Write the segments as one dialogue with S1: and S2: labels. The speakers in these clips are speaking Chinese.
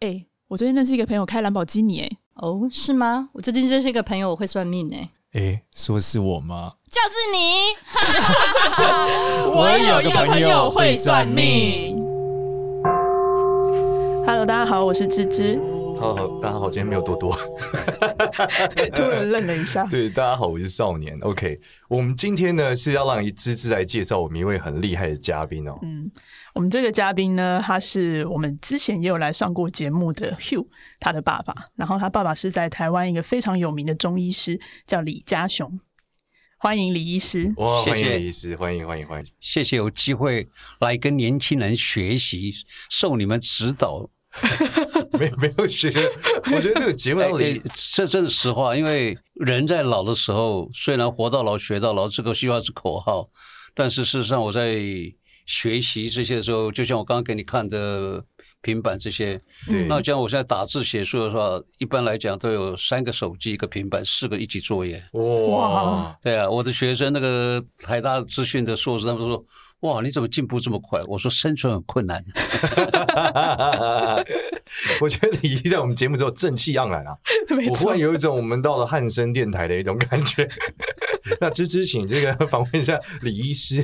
S1: 哎、我最近认识一个朋友开兰博基尼、哎，
S2: 哦，是吗？我最近认识一个朋友，我会算命呢、
S3: 诶，说是我吗？
S2: 就是你。
S3: 我有个朋友会算命。
S1: Hello，大家好，我是芝芝。
S3: 好好，大家好，今天没有多 多。
S1: 哎突然愣了一下，
S3: 对，大家好，我是少年。OK，我们今天呢是要让一芝芝来介绍我们一位很厉害的嘉宾哦。
S1: 嗯，我们这个嘉宾呢，他是我们之前也有来上过节目的 Hugh，他的爸爸。然后他爸爸是在台湾一个非常有名的中医师，叫李家雄。欢迎李医师。
S3: 哇，欢
S4: 谢谢
S3: 迎李医师，欢迎欢迎欢迎。
S4: 谢谢有机会来跟年轻人学习，受你们指导。
S3: 没有没有学，我觉得这个节目
S4: 哎
S3: 让
S4: 哎
S3: 李
S4: 这真是实话，因为人在老的时候，虽然活到老学到老，这个希望是口号，但是事实上我在学习这些的时候，就像我刚刚给你看的平板这些，
S3: 对
S4: 那像我现在打字写书的话，一般来讲都有三个手机、一个平板、四个一起作业。
S3: 哇
S1: 哇，
S4: 对啊，我的学生那个台大资讯的硕士，他们都说：“哇，你怎么进步这么快？”我说：“生存很困难。
S3: 我觉得李医在我们节目之后正气盎然啊，
S1: 没
S3: 我忽
S1: 错
S3: 然，有一种我们到了汉声电台的一种感觉。 那芝芝，请这个访问一下李医师。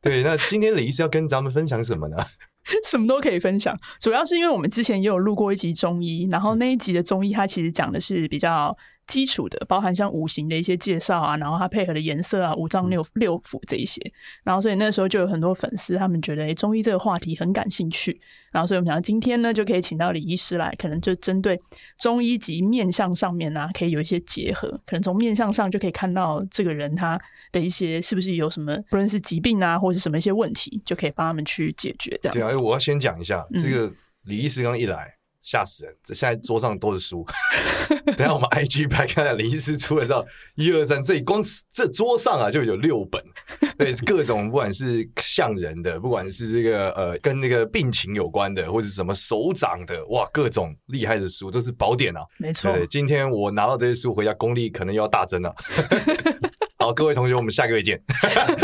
S3: 对，那今天李医师要跟咱们分享什么呢？
S1: 什么都可以分享。主要是因为我们之前也有录过一集中医，然后那一集的中医它其实讲的是比较基础的，包含像五行的一些介绍啊，然后它配合的颜色啊、五脏六六腑这一些。然后所以那时候就有很多粉丝他们觉得、诶哎中医这个话题很感兴趣，然后所以我们想今天呢就可以请到李医师来，可能就针对中医及面相上面啊，可以有一些结合，可能从面相上就可以看到这个人他的一些是不是有什么，不论是疾病啊，或是什么一些问题，就可以帮他们去解决这样。
S3: 对啊，我要先讲一下，
S1: 嗯
S3: 这个李医师刚一来，吓死人！这现在桌上都是书。 等一下我们 IG 拍看看李医师出了之后，一二三，这里光是这桌上啊就有六本，对，各种不管是像人的，不管是这个呃跟那个病情有关的，或者是什么手掌的，哇，各种厉害的书，这是宝典啊！
S1: 没错，
S3: 对，今天我拿到这些书回家，功力可能又要大增了。好，各位同学，我们下个月见。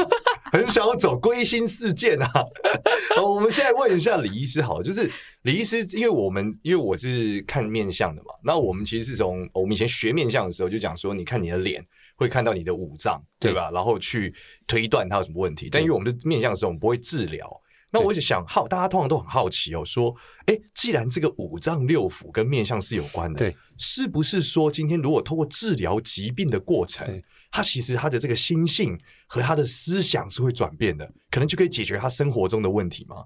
S3: 很想要走归心似箭啊！ 好，我们现在问一下李医师，好了，就是李医师，因为我们因为我是看面相的嘛，那我们其实是从我们以前学面相的时候就讲说，你看你的脸会看到你的五脏，对
S4: 对
S3: 吧？然后去推断它有什么问题。但因为我们的面相的时候，我们不会治疗。那我就想好，大家通常都很好奇哦，说，哎，既然这个五脏六腑跟面相是有关的，
S4: 对，
S3: 是不是说今天如果透过治疗疾病的过程
S4: 对，
S3: 他其实他的这个心性和他的思想是会转变的，可能就可以解决他生活中的问题吗？”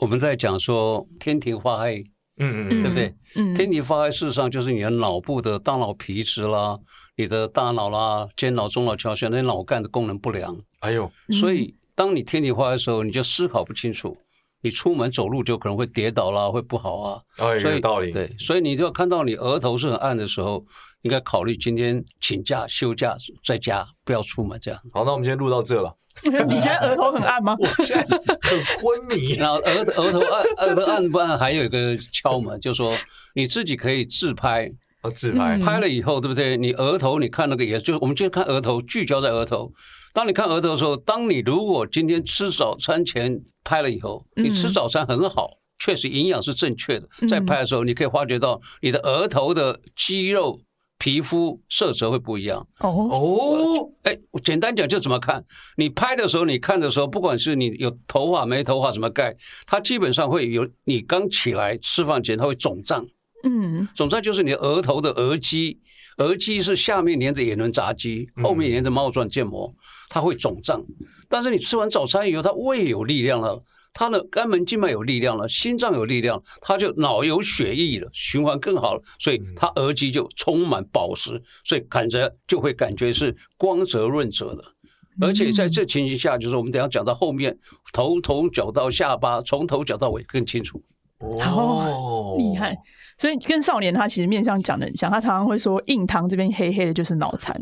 S4: 我们在讲说天庭发黑，
S3: 嗯
S1: 嗯
S4: 对不对？
S1: 嗯
S4: 天庭发黑事实上就是你的脑部的大脑皮质啦、你的大脑啦、间脑、中脑、桥下那些脑干的功能不良，
S3: 哎呦，
S1: 嗯
S4: 所以当你天庭发黑的时候，你就思考不清楚，你出门走路就可能会跌倒啦，会不好啊。
S3: 哎，
S4: 所以
S3: 有道理。
S4: 对，所以你就要看到你额头是很暗的时候，应该考虑今天请假、休假在家，不要出门 这样。
S3: 好，那我们今天录到这了。
S1: 你现在额头很暗吗？
S3: 我现在很昏迷。
S4: 然后额额头按额头按不按，还有一个敲门，就说你自己可以自拍，
S3: 啊，自拍
S1: 嗯，
S4: 拍了以后，对不对？你额头你看那个也，就我们就看额头，聚焦在额头。当你看额头的时候，当你如果今天吃早餐前拍了以后，
S1: 嗯
S4: 你吃早餐很好，确实营养是正确的
S1: 嗯。
S4: 在拍的时候，你可以发觉到你的额头的肌肉、皮肤色泽会不一样。
S1: 哦，
S3: 哦，
S4: 哎，我简单讲就怎么看。你拍的时候，你看的时候，不管是你有头发没头发怎么盖，它基本上会有你刚起来吃饭前，它会肿胀。
S1: 嗯
S4: 肿胀就是你的额头的额肌，额肌是下面连着眼轮匝肌，后面连着帽状腱膜，它会肿胀。但是你吃完早餐以后，它胃有力量了，它的肝门静脉有力量了，心脏有力量，它就脑有血液了，循环更好了，所以它额肌就充满宝石，所以感觉就会感觉是光泽润泽的。而且在这情形下，就是我们等一下讲到后面，
S3: 哦
S4: 头头脚到下巴，从头脚到尾更清楚。
S1: 好厉害。所以跟少年他其实面相讲的很像，他常常会说印堂这边黑黑的就是脑残，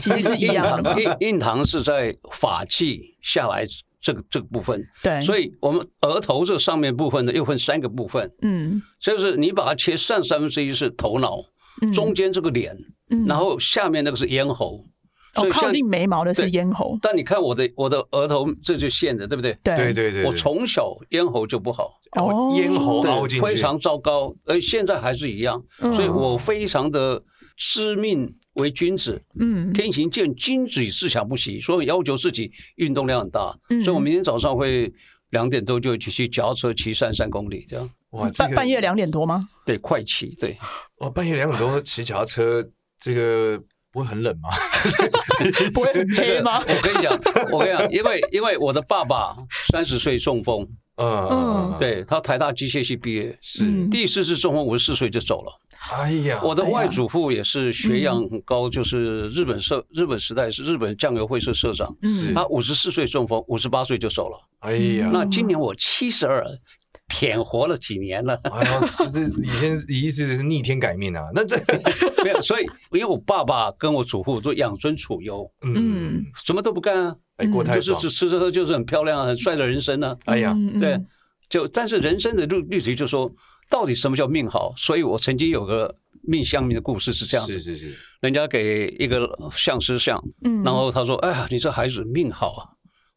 S1: 其实是一样的 嘛。
S4: 印印堂是在法器下来这个这个部分，
S1: 对，
S4: 所
S1: 以
S4: 以我们额头这上面部分呢，又分三个部分，
S1: 嗯，
S4: 就是你把它切上三分之一是头脑，
S1: 嗯
S4: 中间这个脸，
S1: 嗯
S4: 然后下面那个是咽喉。
S1: 哦，靠
S4: 像
S1: 近眉毛的是
S4: 对
S1: 咽喉，
S4: 但你看我的我的额头这就陷着，对不对？
S1: 对
S3: 对对对，对
S4: 我从小咽喉就不好，
S3: 哦咽喉
S4: 对
S3: 凹进去，
S4: 非常糟糕，而现在还是一样，
S1: 嗯
S4: 所以我非常的知命为君子，
S1: 嗯
S4: 天行健，君子自强不息，所以要求自己运动量很大，
S1: 嗯
S4: 所以我明天早上会两点多就去去脚踏车骑三三公里，这样
S3: 哇，这
S1: 半
S3: 个
S1: 半夜两点多吗？
S4: 对，快骑， 对，
S3: 哇，半夜两点多骑脚踏车，这个不会很冷吗？
S1: 不会很黑吗？
S4: 我跟 你讲，我跟你讲，因为因为我的爸爸三十岁中风，
S3: 嗯
S1: 嗯，
S4: 对他台大机械系毕业，嗯
S3: 是，
S4: 第四次中风，五十四岁就走了。
S3: 哎呀，
S4: 我的外祖父也是学养很高，就是日本社日本时代是日本酱油会社社长，
S3: 是
S1: 嗯，
S4: 他五十四岁中风，五十八岁就走了。
S3: 哎呀，，
S4: 那今年我七十二，舔活了几年了
S3: 哎呀，就是以前一直是逆天改命啊，那这，
S4: 没有。所以因为我爸爸跟我祖父都养尊处优，
S3: 嗯，
S4: 什么都不干啊，
S3: 哎，过太
S4: 就是
S3: 爽，
S4: 吃吃吃喝，就是很漂亮啊，很帅的人生啊。
S3: 哎呀，
S1: 嗯
S4: 对，，就但是人生的绿绿题就说，到底什么叫命好？所以我曾经有个命相命的故事是这样
S3: 是是
S4: 子，
S3: 是，
S4: 人家给一个相师相，
S1: 嗯
S4: 然后他说：“哎呀，你这孩子命好啊，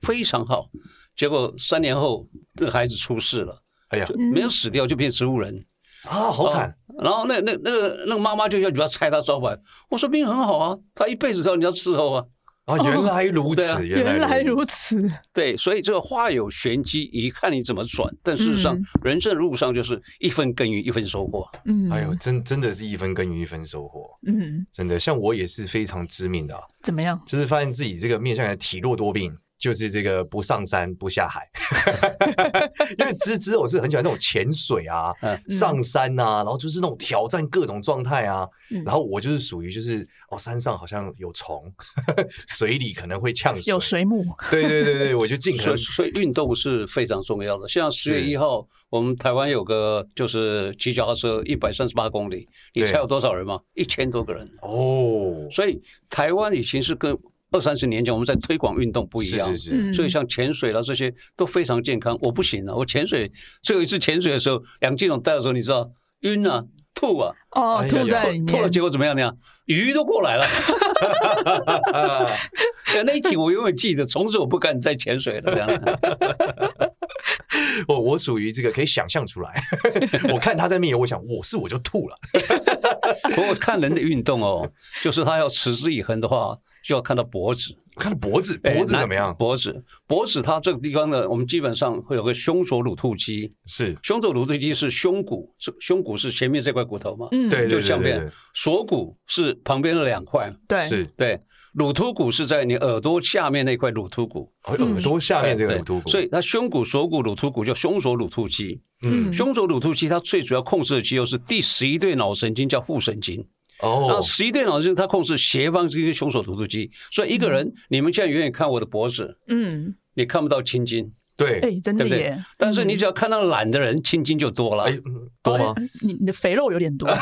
S4: 非常好。”结果三年后，这个孩子出事了，
S3: 哎
S1: 嗯
S3: 呀
S4: 就，哦没有死掉，就变植物人。
S3: 啊，好惨，
S4: 然后那那那个那个妈妈就要就要拆他招牌，我说命很好啊，他一辈子都要人家伺候啊。
S3: 啊，原来如
S4: 对啊
S3: 此，
S1: 原来
S3: 来
S1: 如
S3: 此，
S1: 此，
S4: 对，所以这个话有玄机，一看你怎么转。但事实上，
S1: 嗯
S4: 人生路上就是一分耕耘一分收获。
S1: 嗯，
S3: 哎呦，，真真的是一分耕耘一分收获，
S1: 嗯，
S3: 真的，像我也是非常致命的啊，
S1: 怎么样？
S3: 就是发现自己这个面向的体弱多病，就是这个不上山不下海。 因为芝芝我是很喜欢那种潜水啊、
S4: 嗯
S3: 上山啊，然后就是那种挑战各种状态啊。
S1: 嗯
S3: 然后我就是属于就是哦，山上好像有虫， 水里可能会呛水。
S1: 有水母，
S3: 对对对对，我就尽可
S4: 所以，
S3: 能
S4: 所以运动是非常重要的。像十月
S3: 是
S4: 一号，我们台湾有个就是骑脚踏车一百三十八公里，你
S3: 对
S4: 猜有多少人吗？一千多个人。
S3: 哦，
S4: 所以台湾以前是跟二三十年前我们在推广运动不一
S3: 是
S4: 样嗯
S3: 是。是，
S4: 所以像潜水啦、这些都非常健康，我不行啊了、我潜水最后一次潜水的时候，梁金勇带的时候，你知道晕啊、吐啊，
S1: 哦
S3: 哎，呀
S1: 吐
S3: 有
S1: 在里
S4: 吐了
S1: 面，
S4: 结果怎么样呢？鱼都过来了。
S3: 啊
S4: 那一集我永远记得，从此我不敢再潜水了。这样，啊
S3: 我我属于这个可以想象出来。 我看他在面游，我想我是我就吐了。
S4: 不过看人的运动哦，就是他要持之以恒的话，就要看到脖子。
S3: 看脖子，
S4: 哎
S3: 脖子
S4: 那
S3: 怎么样？
S4: 脖子，脖子它这个地方呢，我们基本上会有个胸锁乳突肌。
S3: 是，
S4: 胸锁乳突肌是胸骨，这胸骨是前面这块骨头嘛，
S1: 嗯，
S3: 对对
S4: 就
S3: 对
S4: 下
S3: 对
S4: 面
S3: 对，
S4: 锁骨是旁边的两块，
S1: 对，
S3: 是。
S4: 对，乳突骨是在你耳朵下面那块乳突骨，
S3: 哦耳朵下面这个
S4: 嗯对
S3: 乳突骨，
S4: 所以它胸骨、锁骨、乳突骨叫胸锁乳突肌。
S3: 嗯
S1: 嗯
S4: 胸锁乳突肌它最主要控制的肌肉是第十一对脑神经，叫副神经。那
S3: 哦，
S4: 十一对脑神经它控制斜方肌跟胸锁乳突肌，所以一个
S3: 嗯
S4: 人，你们现在远远看我的脖子，
S1: 嗯，
S4: 你看不到青筋。
S3: 对，
S1: 哎，真的
S4: 对不对
S1: 耶，
S4: 但是你只要看到懒的人，青筋就多了
S3: 嗯哎，，嗯多
S4: 哦
S3: 吗？
S1: 你你的肥肉有点多，
S4: 啊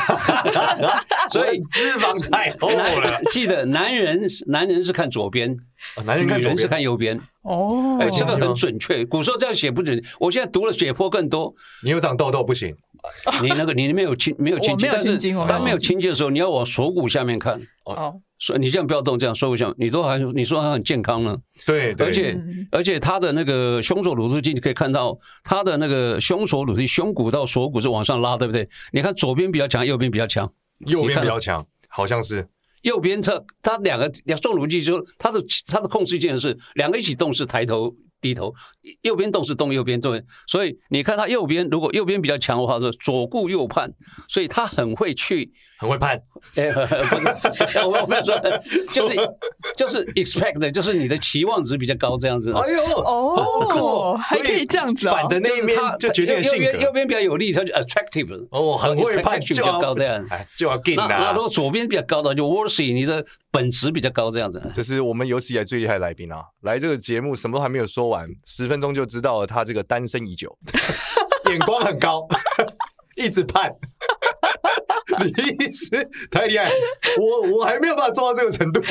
S4: 所以
S3: 我的脂肪太厚了。
S4: 记得男人是男人是看左边，
S3: 啊 男人
S4: 女
S3: 看左
S4: 人是
S3: 边，
S4: 看右边，
S1: 哦
S4: 哎，，这个很准确。古时候这样写不准，我现在读了解剖更多。
S3: 你有长痘痘不行
S4: 你那个你没有青没有青
S1: 我
S4: 筋，
S1: 没有
S4: 但是
S1: 青筋我没有
S4: 当没有青筋的时候，你要往锁骨下面看。
S1: 哦，
S4: 所以你这样不要动，这样锁骨下面，你都还你说他很健康呢，
S3: 对，对
S4: 而且
S1: 嗯
S4: 而且他的那个胸锁乳突肌，你可以看到他的那个胸锁乳突肌，胸骨到锁骨是往上拉，对不对？你看左边比较强，右边比较强。
S3: 右边比
S4: 你
S3: 较强，好像是
S4: 右边它它两个两动乳肌，就是它的它的控制键是两个一起动是抬头低头，右边动是动右边动，所以你看它右边如果右边比较强的话是左顾右盼，所以它很会去，
S3: 很会判，
S4: 哎、不是，我我没有说，就是 就是 expect 就是你的期望值比较高这样子。
S3: 哎呦，好酷
S1: 哦，还可以这样子哦，
S3: 反的那一面就决定了
S4: 右
S3: 性
S4: 边右
S3: 格。
S4: 边比较有力，它就 attractive。
S3: 哦，很会判，
S4: 比
S3: 就
S4: 较高
S3: 要
S4: 这样。
S3: 哎就要 g
S4: 那那如
S3: 啊！
S4: 果左边比较高的就 worthy，你的本质比较高这样子。
S5: 这是我们有史以来最厉害的来宾啊！来这个节目什么都还没有说完，十分钟就知道了 他这个单身已久。
S3: 眼光很高，一直判。 李医师太厉害，我我还没有办法做到这个程度。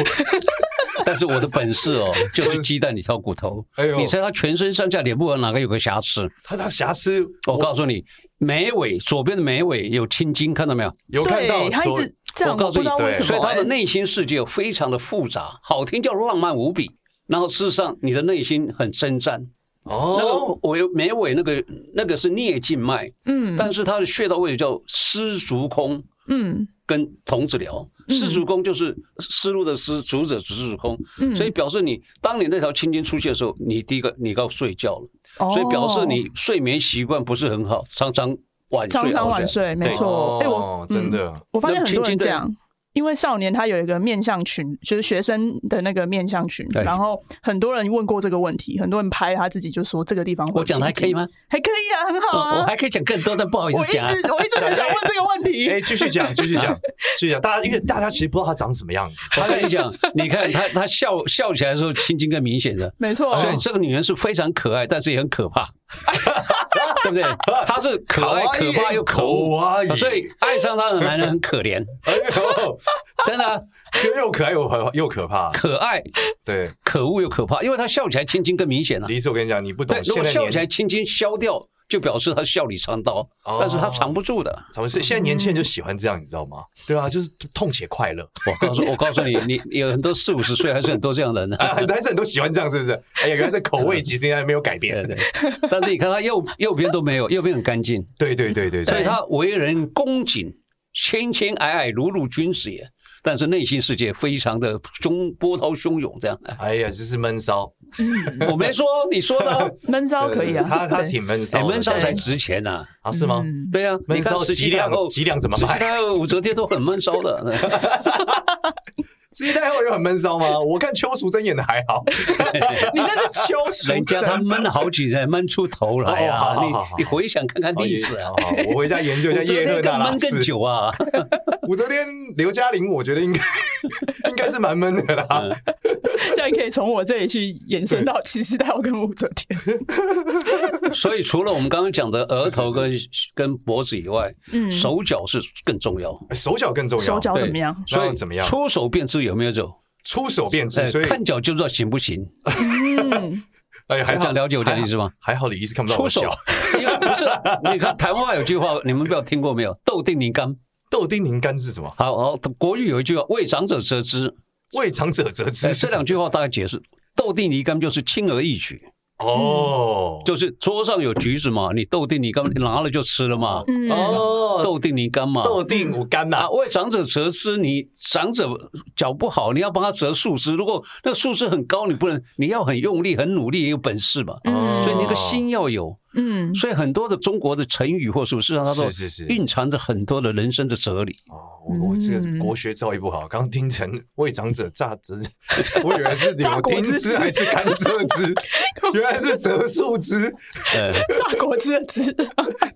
S4: 但是我的本事 哦，就是鸡蛋里挑骨头。
S3: 哎呦
S4: 你猜他全身上下脸部有哪个有个瑕疵？
S3: 他他瑕疵，
S4: 我告诉你，眉尾左边的眉尾有青筋，看到没有？
S3: 有看到
S1: 对他一
S3: 左
S1: 直这样，
S4: 我告
S1: 我
S4: 诉
S1: 不
S4: 你
S1: 知道为什
S3: 对
S1: 么。
S4: 所以他
S1: 哎
S4: 的内心世界非常的复杂，好听叫浪漫无比，然后事实上你的内心很深战。那
S3: 哦
S4: 个尾眉尾那个那个是颞静脉，
S1: 嗯
S4: 但是它的穴道位置叫丝竹空
S1: 嗯
S4: 跟童子髎。丝竹空就是丝路的丝，竹子是丝竹空，
S1: 嗯，
S4: 所以表示你当你那条青筋出现的时候，你第一个你要睡觉了，
S1: 哦
S4: 所以表示你睡眠习惯不是很好，常常晚睡。
S1: 常常晚。睡，没错。哎，我
S5: 哦真的。
S3: 嗯
S1: 我发现
S4: 那
S1: 很多
S4: 亲
S1: 人
S4: 近
S1: 这
S4: 对
S1: 样，因为少年他有一个面向群，就是学生的那个面向群，
S4: 对
S1: 然后很多人问过这个问题，很多人拍他自己就说这个地方会有
S4: 我讲的还
S1: 情
S4: 可以
S1: 景？
S4: 吗？
S1: 还可以啊，很
S4: 我
S1: 好
S4: 我
S1: 啊。
S4: 还可以讲更多，但不好意
S1: 我
S4: 思
S1: 一
S4: 讲啊。
S1: 直我一直很想问这个问
S3: 哎，
S1: 题，
S3: 继续讲，继续讲，继续讲。大家因为大家其实不知道他长什么样子，
S4: 我跟你讲，你看她她笑笑起来的时候，青筋更明显的，
S1: 没错，
S4: 所以这个女人是非常可爱，但是也很可 怕，对不对？她是可爱、可怕又可恶，
S3: 啊，
S4: 所以爱上她的男人很可怜，
S3: 哎呦，
S4: 真的啊、
S3: 又可爱又可又可怕。
S4: 可爱、
S3: 对，
S4: 可恶又可怕，因为她笑起来青筋更明显了、
S3: 李医师，我跟你讲，你不懂
S4: 对，，
S3: 现
S4: 如果
S3: 在
S4: 笑起来
S3: 年
S4: 青筋消掉，就表示她笑里藏刀，
S3: 哦
S4: 但是她藏不住的。
S3: 怎么是
S4: 嗯
S3: 现在年轻人就喜欢这样，你知道吗？对啊，就是痛且快乐。
S4: 我告诉我告诉你，你你有很多四五十岁还是很多这样的人的、
S3: 啊，很男生很多喜欢这样，是不是？哎呀，原来这口味其实应该没有改
S4: 对
S3: 变。
S4: 对，但是你看她右右边都没有，右边很干净。
S3: 对对对对
S4: 所以
S3: 对，
S4: 他为人恭谨，谦谦矮矮，如入君子也。但是内心世界非常的汹波涛汹涌， 这样。
S3: 哎呀，就是闷骚，
S4: 我没说，你说 的。
S1: 闷骚可以啊，
S3: 对他他
S1: 对
S3: 挺闷
S4: 哎
S3: 骚的，
S4: 闷骚才
S3: 对
S4: 值钱呐、
S3: 啊？是吗？
S1: 嗯
S4: 对呀、你
S3: 闷
S4: 看
S3: 骚
S4: 十
S3: 几
S4: 七代
S3: 两
S4: 后，
S3: 几两怎么
S4: 十七
S3: 卖？
S4: 代后武则天都很闷骚 的，
S3: 十一代后有很闷骚 吗？我看邱淑贞演的还好。
S1: 你那是秋淑
S4: 人家他
S1: 贞
S4: 闷好几人，闷出头来
S3: 哦好
S4: 啊！
S3: 好
S4: 你
S3: 好好哦
S4: 你回想看看历史啊
S3: 好，好好我回家研究
S4: 武
S3: 一下
S4: 则
S3: 叶赫
S4: 天
S3: 那
S4: 更
S3: 拉
S4: 闷更
S3: 氏。
S4: 久啊。
S3: 武则天、刘嘉玲，我觉得应该 应该是蛮闷的啦。
S4: 嗯
S1: 现在可以从我这里去延伸到其实代我跟武则天，
S4: 所以除了我们刚刚讲的额头跟跟脖子以外，
S1: 嗯
S4: 手脚是更重要。
S3: 手脚更重要，
S1: 手脚
S4: 对
S1: 怎么样？
S4: 所
S3: 然
S4: 以
S3: 后怎么样
S4: 出手便知有没有走，
S3: 出手便知，
S4: 哎
S3: 所以
S4: 看脚就知道行不行。
S1: 嗯，
S3: 哎，还
S4: 还
S3: 好
S4: 想了解我的意思吗？
S3: 还好李医师看不到
S4: 出
S3: 我
S4: 手
S3: 笑。，
S4: 因为不是你看台湾话有句话， 你们不知道听过没有？豆定泥干。
S3: 豆丁宁干是什么？
S4: 好好，国语有一句话“为长者折枝
S3: 未尝者则”，
S4: 哎
S3: 之。
S4: 这两句话大概解释。豆定泥干就是轻而易举，
S3: 哦，
S4: 就是桌上有橘子嘛，你豆定泥干拿了就吃了嘛，
S1: 嗯
S3: 哦，
S4: 豆定泥干嘛。
S3: 豆丁我干呐
S4: 啊，，为长者折枝，你长者脚不好，你要帮他折树枝。如果那树枝很高，你不能，你要很用力、很努力，也有本事嘛。
S3: 哦
S1: 嗯
S4: 所以那个心要有。
S1: 嗯，
S4: 所以很多的中国的成语或什么，事实上它都
S3: 是是是
S4: 蕴藏着很多的人生的 哲理。
S3: 哦，我我这个
S1: 嗯
S3: 国学造诣不好，刚听成未长者榨汁， 我以为是
S1: 榨
S3: 柳
S1: 果
S3: 丁
S1: 汁
S3: 汁还是甘蔗汁，原来是折树汁。
S4: 呃，
S1: 榨果汁的汁，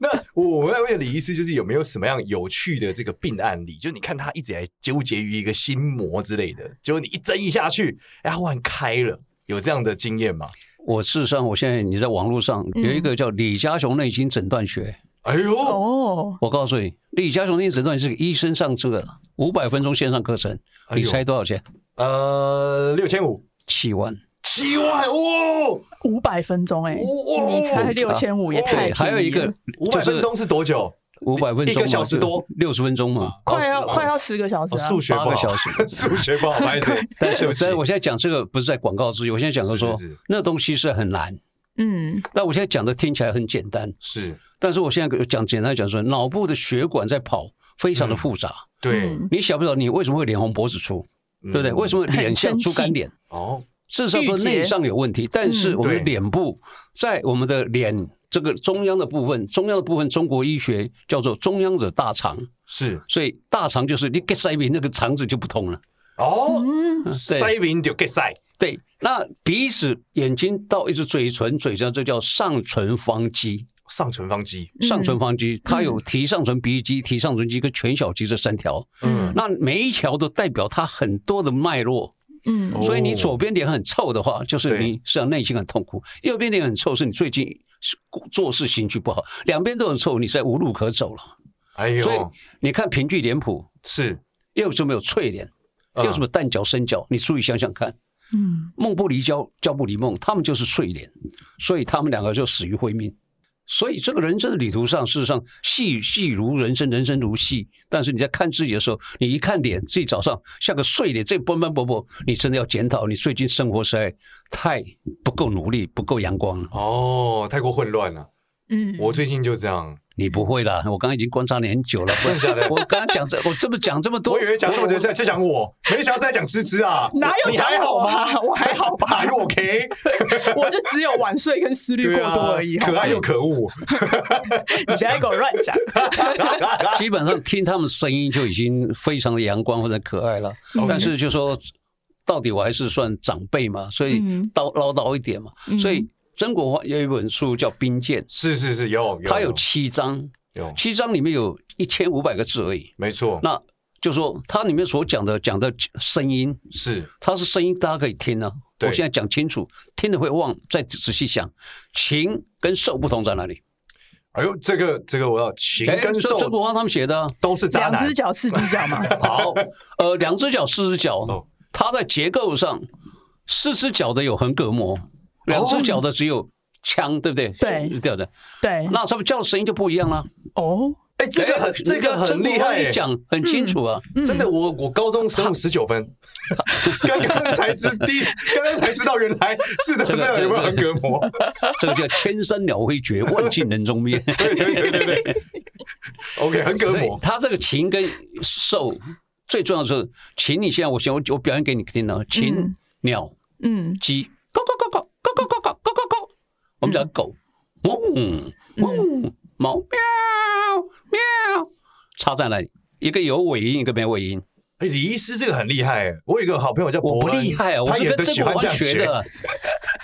S3: 那我我来问李医师，就是有没有什么样有趣的这个病案例？就你看他一直在纠结于一个心魔之类的，结果你一针一下去，哎，他忽然开了，有这样的经验吗？
S4: 我事实上，我现在你在网络上有一个叫李嘉雄内心诊断学，
S3: 哎呦，
S1: 哦，
S4: 我告诉你，李嘉雄内心诊断是个医生上这个五百分钟线上课程，
S3: 哎呦
S4: 你猜多少钱？
S3: 呃，六千五，
S4: 七万。
S3: 七万哦，
S1: 五百分钟哎、
S3: 哇
S1: 你才六千五也太便宜
S4: 对，
S1: 了
S4: 还有一个
S3: 五百分钟是多久？
S4: 五百分钟嘛，
S3: 一个小时多
S4: 六十分钟嘛。
S1: 快要
S3: 哦
S1: 快要十个小时
S3: 哦
S1: 啊，
S3: 数学不
S4: 八个
S3: 好
S4: 小时，
S3: 数学不好，不好意思，
S4: 但
S3: 对
S4: 是
S3: 不
S4: 我
S3: 起
S4: 在，我现在讲这个不是在广告之余，我现在讲的说
S3: 是是是
S4: 那东西是很难。
S1: 嗯
S4: 那我现在讲的听起来很简单，
S3: 是
S4: 但是我现在讲简单讲说，脑部的血管在跑，非常的复杂。
S3: 对，
S4: 你晓不晓得你为什么会脸红脖子粗，
S3: 对
S4: 嗯对不对？为什么脸像猪肝脸？
S3: 哦，
S4: 事实上说
S1: 郁结
S4: 内脏有问题，但是我们的
S3: 对
S4: 脸部在我们的脸这个中央的部分，中央的部分，中国医学叫做中央的大肠，
S3: 是
S4: 所以大肠就是你 get 塞鼻那个肠子就不通了。
S3: 哦，
S1: 嗯，
S3: 塞明就 get 塞，
S4: 对，那鼻子、眼睛到一直嘴唇，嘴上这叫上唇方肌。
S3: 上唇方肌，
S4: 上唇方肌，它有提上唇鼻肌、提上唇肌跟全小肌这三条，
S3: 嗯，
S4: 那每一条都代表它很多的脉络。
S1: 嗯
S3: 哦
S4: 所以你左边脸很臭的话，就是
S3: 对
S4: 你实际上内心很痛苦；右边脸很臭，是你最近是做事情绪不好。两边都很臭，你实在无路可走了。
S3: 哎呦，
S4: 所以你看评剧脸谱，
S3: 是
S4: 又有什么有翠莲，又
S3: 嗯
S4: 有什么蛋饺、生饺，你注意想想看，
S1: 嗯，
S4: 梦不离焦，焦不离梦，他们就是睡莲，所以他们两个就死于会面。所以这个人生的旅途上，事实上戏戏如人生，人生如戏。但是你在看自己的时候，你一看脸，自己早上像个睡脸，这奔奔波波，你真的要检讨你最近生活实在太不够努力，不够阳光了。
S3: 哦，太过混乱了。
S1: 嗯，
S3: 哦我最近就这样，
S4: 你不会啦，我刚刚已经观察你很久了。不然我刚刚讲这，我这么讲这么多，
S3: 我以为讲这么久在在讲我，没想到是在讲芝芝啊。
S1: 哪有
S3: 你
S1: 讲
S3: 还好
S1: 我
S3: 吗？
S1: 啊？我还好吧，
S3: 还 OK，
S1: 我就只有晚睡跟思虑
S3: 对
S1: 过
S3: 啊
S1: 多而已。
S3: 可爱又可恶。
S1: 你不要给我乱讲。
S4: 基本上听他们声音就已经非常的阳光或者可爱了。但是就说到底我还是算长辈嘛，所以
S1: 嗯
S4: 叨唠叨一点嘛。
S2: 嗯
S4: 所以曾国藩有一本书叫《兵谏
S3: 是是是，有》，有，
S4: 它有七章，
S3: 有，
S4: 七章里面有一千五百个字而已。
S3: 没错，
S4: 那就说它里面所讲的讲的声音，
S3: 是
S4: 它是声音，大家可以听啊。我
S3: 对
S4: 现在讲清楚，听了会忘，再仔细想，情跟受不同在哪里？
S3: 哎呦，这个这个我要情
S4: 哎
S3: 跟
S4: 这曾
S3: 受
S4: 国藩他们写的啊、
S3: 都是渣
S1: 两
S3: 男
S1: 只，脚四只脚嘛，
S4: 好，呃，两只脚、四只
S3: 哦
S4: 脚，它在结构上，四只脚的有横膈膜，两只脚的只有腔，对不对？
S1: 对
S4: 对的。
S1: 对，
S4: 那他们叫的声音就不一样了。
S1: 哦，
S3: 哎，这个很
S4: 哎
S3: 这个很厉害耶
S4: 你，讲很清楚啊。
S3: 真的，我我高中生物十九分， 刚刚才知第一，刚刚才知道原来是的，是
S4: 这个
S3: 的，有没有横膈膜？
S4: 这个叫千山鸟飞绝，万径人踪灭。
S3: 嗯 对对对对对，OK，横膈
S4: 所以
S3: 膜
S4: 它这个禽跟兽最重要的是禽。你现在我先我我表演给你听了，禽
S1: 嗯、
S4: 鸟、
S1: 嗯，
S4: 鸡，咯咯咯咯咯咯咯咯咯咯，我们讲狗，嗡
S3: 嗯
S4: 嗡，猫喵喵，差在哪里？一个有尾音，一个没尾音。
S3: 哎，李医师这个很厉害耶，我有一个好朋友叫
S4: 我
S3: 伯
S4: 不
S3: 恩，
S4: 厉害啊，我
S3: 他
S4: 是
S3: 也
S4: 跟
S3: 都
S4: 曾
S3: 喜
S4: 国
S3: 欢这
S4: 藩
S3: 样
S4: 学
S3: 学，
S4: 的。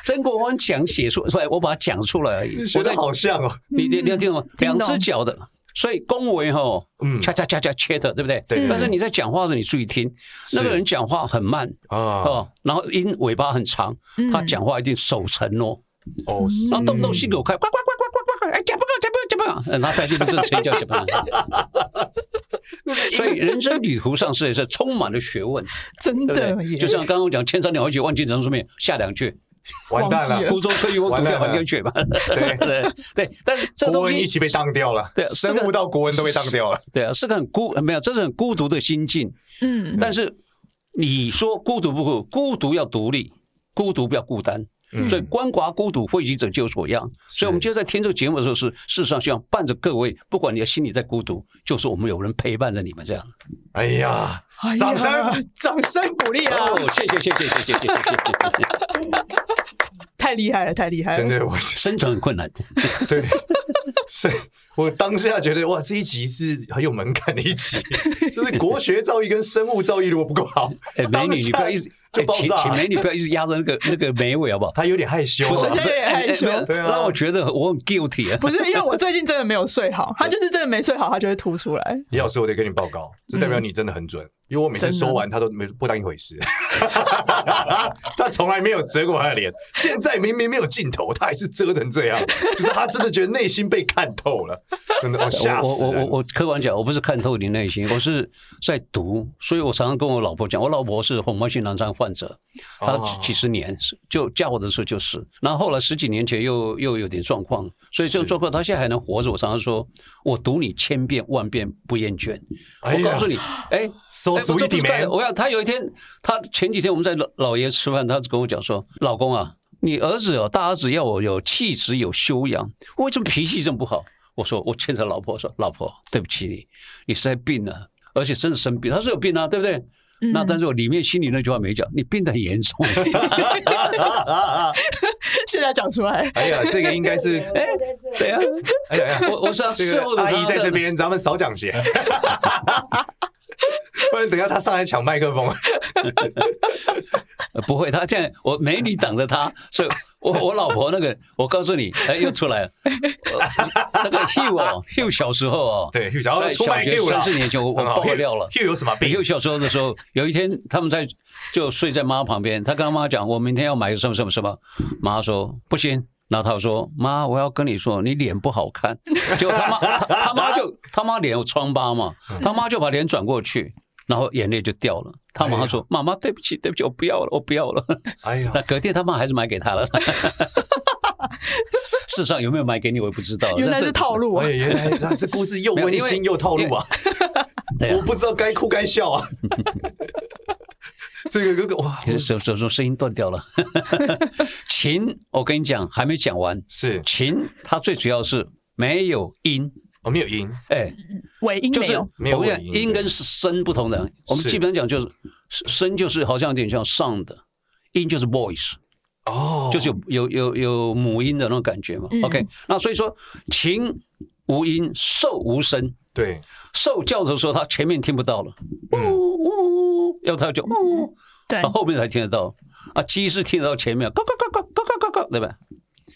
S4: 曾国藩讲写出出来，我把它讲出来而已。
S3: 学
S4: 我在
S3: 的好像哦，
S4: 你你你要听懂吗？两
S1: 懂
S4: 只脚的，所以恭维吼，
S3: 嗯
S4: 恰恰恰恰切的，对不对？
S3: 对
S4: 但是你在讲话的时候，你注意听，那个
S3: 是
S4: 人讲话很慢
S3: 啊嗯
S4: 哦，然后音尾巴很长，
S1: 嗯
S4: 他讲话一定手承诺。
S3: 哦，
S4: 然后动不动心口开，快快快快快快快，哎，讲不够，讲不够，讲不够，呃然后在地不是谁叫讲不够？所以人生旅途上是也是充满了学问，
S1: 真
S4: 对不
S1: 的
S4: 对？
S1: 耶，
S4: 就像刚刚我讲“千山鸟飞绝，万径人踪灭”，下两句
S3: 完蛋
S1: 忘记
S4: “
S1: 了
S3: 了，
S4: 孤舟吹渔翁，独钓寒江雪”嘛。
S3: 对
S4: 对对，但是这个
S3: 国
S4: 东
S3: 文一
S4: 西
S3: 起被当掉了，
S4: 对是
S3: 生
S4: 的
S3: 物到国文都被当掉了，
S4: 对啊，是个很孤没有，这是很孤独的心境。
S1: 嗯
S4: 但是你说孤独不孤？孤独要独立，孤独不要孤单。
S3: 嗯
S4: 所以鳏寡孤独汇集者就有所样。所以我们今天在听这个节目的时候是，事实上希望伴着各位，不管你的心里在孤独，就是我们有人陪伴着你们这样。
S3: 哎呀，
S1: 哎呀
S3: 掌声
S1: 掌声鼓励啊
S4: 哦！，谢谢谢谢谢谢谢谢谢谢，
S1: 太厉害了，太厉害
S3: 真
S1: 了，
S3: 的我
S4: 生存很困 难。
S3: 对，是我当下觉得哇，这一集是很有门槛的一集，就是国学造诣跟生物造诣如果不够好，
S4: 哎，美女，你不要一直
S3: 就
S4: 哎
S3: 爆
S4: 请
S3: 炸
S4: 请美女不要一直压着那个那个眉尾好不好？
S3: 他有点害羞
S4: 不是
S3: 了
S1: 现，在也害羞
S4: 哎哎没有
S3: 对啊
S4: 让我觉得我很 guilty 啊。
S1: 不是因为我最近真的没有睡好， 他就是真的没睡好，他就会吐出来。
S3: 李老师，我得跟你报告，这代表你真的很准，因为我每次
S1: 真的
S3: 说完他都没不当一回事， 他从来没有折过他的脸，现在明明没有尽头，他还是折成这样，就是他真的觉得内心被看透了，真的，我哦吓
S4: 我
S3: 死
S4: 我我
S3: 人，
S4: 我客观讲，我不是看透你内心，我是在读，所以我常常跟我老婆讲，我老婆是红斑性狼疮患者，她
S3: 哦
S4: 几十年是就嫁我的时候就是，然后后来十几年前又又有点状况，所以这种
S3: 是
S4: 状况她现在还能活着，我常常说，我读你千遍万遍不厌倦，
S3: 哎
S4: 我
S3: 呀
S4: 告诉你，哎，
S3: So
S4: 哎我这不
S3: sweet
S4: 是怪
S3: man
S4: 我要他有一天，他前几天我们在老老爷吃饭，他跟我讲说，老公啊，你儿子哦，大儿子要我有气质有修养，为什么脾气这么不好？我说我牵着老婆说，老婆对不起你，你实在病了，而且真的生病，他说有病啊，对不对？那但是我里面心里那句话没讲，你病得很严重。
S1: 现在讲出来，
S3: 哎呀，这个应该是，
S4: 对啊，
S3: 哎呀哎呀。
S4: 我我是要
S3: 这
S4: 伺候
S3: 个
S4: 着
S3: 阿
S4: 他
S3: 姨在这
S4: 样
S3: 边，咱们少讲些，不然等一下她上来抢麦克风。
S4: 呃不会，他现在我美女挡着他，所以我我老婆那个，我告诉你，哎，又出来了。我那个 Hugh 哦，Hugh 小时候哦，
S3: 对，Hugh 小时候
S4: 在
S3: 出卖
S4: 小学
S3: Hugh 了
S4: 三四年前我我
S3: 很好
S4: 爆料了
S3: Hugh- Hugh 有什么病
S4: Hugh 小时候的时候，有一天他们在就睡在妈旁边，他跟他妈讲，我明天要买个什么什么什么，妈说不行，然后他说：“妈，我要跟你说，你脸不好看。”结果他妈 他他妈就他妈脸有疮疤嘛，
S1: 嗯
S4: 他妈就把脸转过去，然后眼泪就掉了。他马上
S1: 哎
S4: 说：“妈妈，对不起，对不起，我不要了，我不要 了。
S3: 哎”呀
S4: 那，隔天他妈还是买给他了。 事实上有没有买给你，我也不知道。
S1: 原来
S4: 但
S1: 是套路啊
S3: 哎，！原来这这故事又温馨又套路啊！
S4: 对 啊
S3: 我不知道该哭该笑啊。 这个哥哥哇，
S4: 手手手手声音断掉了。 琴，我跟你讲，还没讲完。
S3: 是
S4: 琴它最主要是没有音，
S3: 哦，没有赢，
S4: 哎，
S1: 尾音
S4: 就
S1: 没
S4: 是
S1: 有
S4: 我，
S3: 没有
S4: 们讲
S3: 尾音
S4: 音跟声不同的。我们
S3: 是
S4: 基本上讲就是声就是好像有点像 sound，音就是 voice，
S3: 哦，
S4: 就是有有有有母音的那种感觉嘛。
S1: 嗯
S4: OK，那所以说琴无音，兽无声。
S3: 对，
S4: 兽叫的时候，它前面听不到了，
S3: 嗯，
S4: 呜呜，要它就
S1: 嗯
S4: 呜，
S1: 对
S4: 到，后面才听得到。啊，鸡是听得到前面，咯咯咯咯咯咯咯咯，对吧？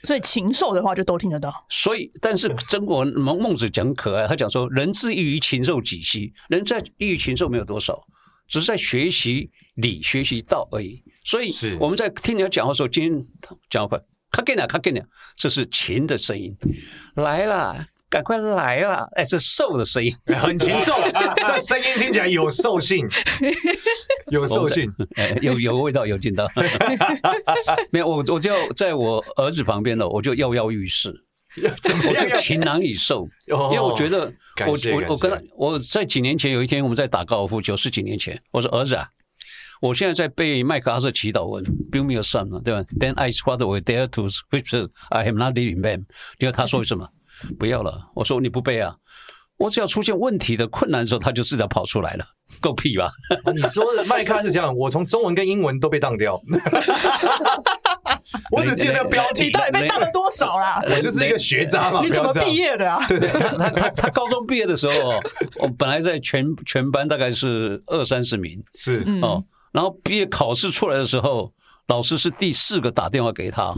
S1: 所以禽兽的话就都听得到。
S4: 所以，但是中国孟孟子讲可爱，他讲说：“人之异于禽兽几兮？”人在异于禽兽没有多少，只是在学习理、学习道而已。所以
S3: 是
S4: 我们在听人家讲话的时候，今天讲话快，咔给你，咔给你，啊这是禽的声音，来啦，赶快来啦！哎，这是兽的声音。
S3: 很禽兽， 这声音听起来有兽性，有兽性，
S4: 哎有有味道，有劲道。 没有，我我就在我儿子旁边了，我就跃跃欲试，
S3: 怎么
S4: 我
S3: 样
S4: 就？情难以受，
S3: 哦
S4: 因为我觉得
S3: 感
S4: 我
S3: 谢感
S4: 我我跟他
S3: 谢
S4: 我在几年前有一天我们在打高尔夫球，十几年前，我说儿子啊。我现在在背麦克阿瑟祈祷文，Build me a son 嘛，对吧？Then I swallowed will dare to which is I am not living man。结果他说什么？ 不要了。我说你不背啊，我只要出现问题的困难的时候，他就自然跑出来了，够屁吧？
S3: 哦你说的麦咖是这样，我从中文跟英文都被当掉， 我只记得标
S1: 你
S3: 题，
S1: 到底被当了多少 啦？
S3: 我就是一个学渣嘛，
S1: 你怎么
S3: 不要这样
S1: 毕？业的啊？
S3: 对对，对
S4: 他他他高中毕业的时候哦，我本来在全全班大概是二三十名
S3: 是
S1: 嗯
S4: 哦，然后毕业考试出来的时候，老师是第四个打电话给他，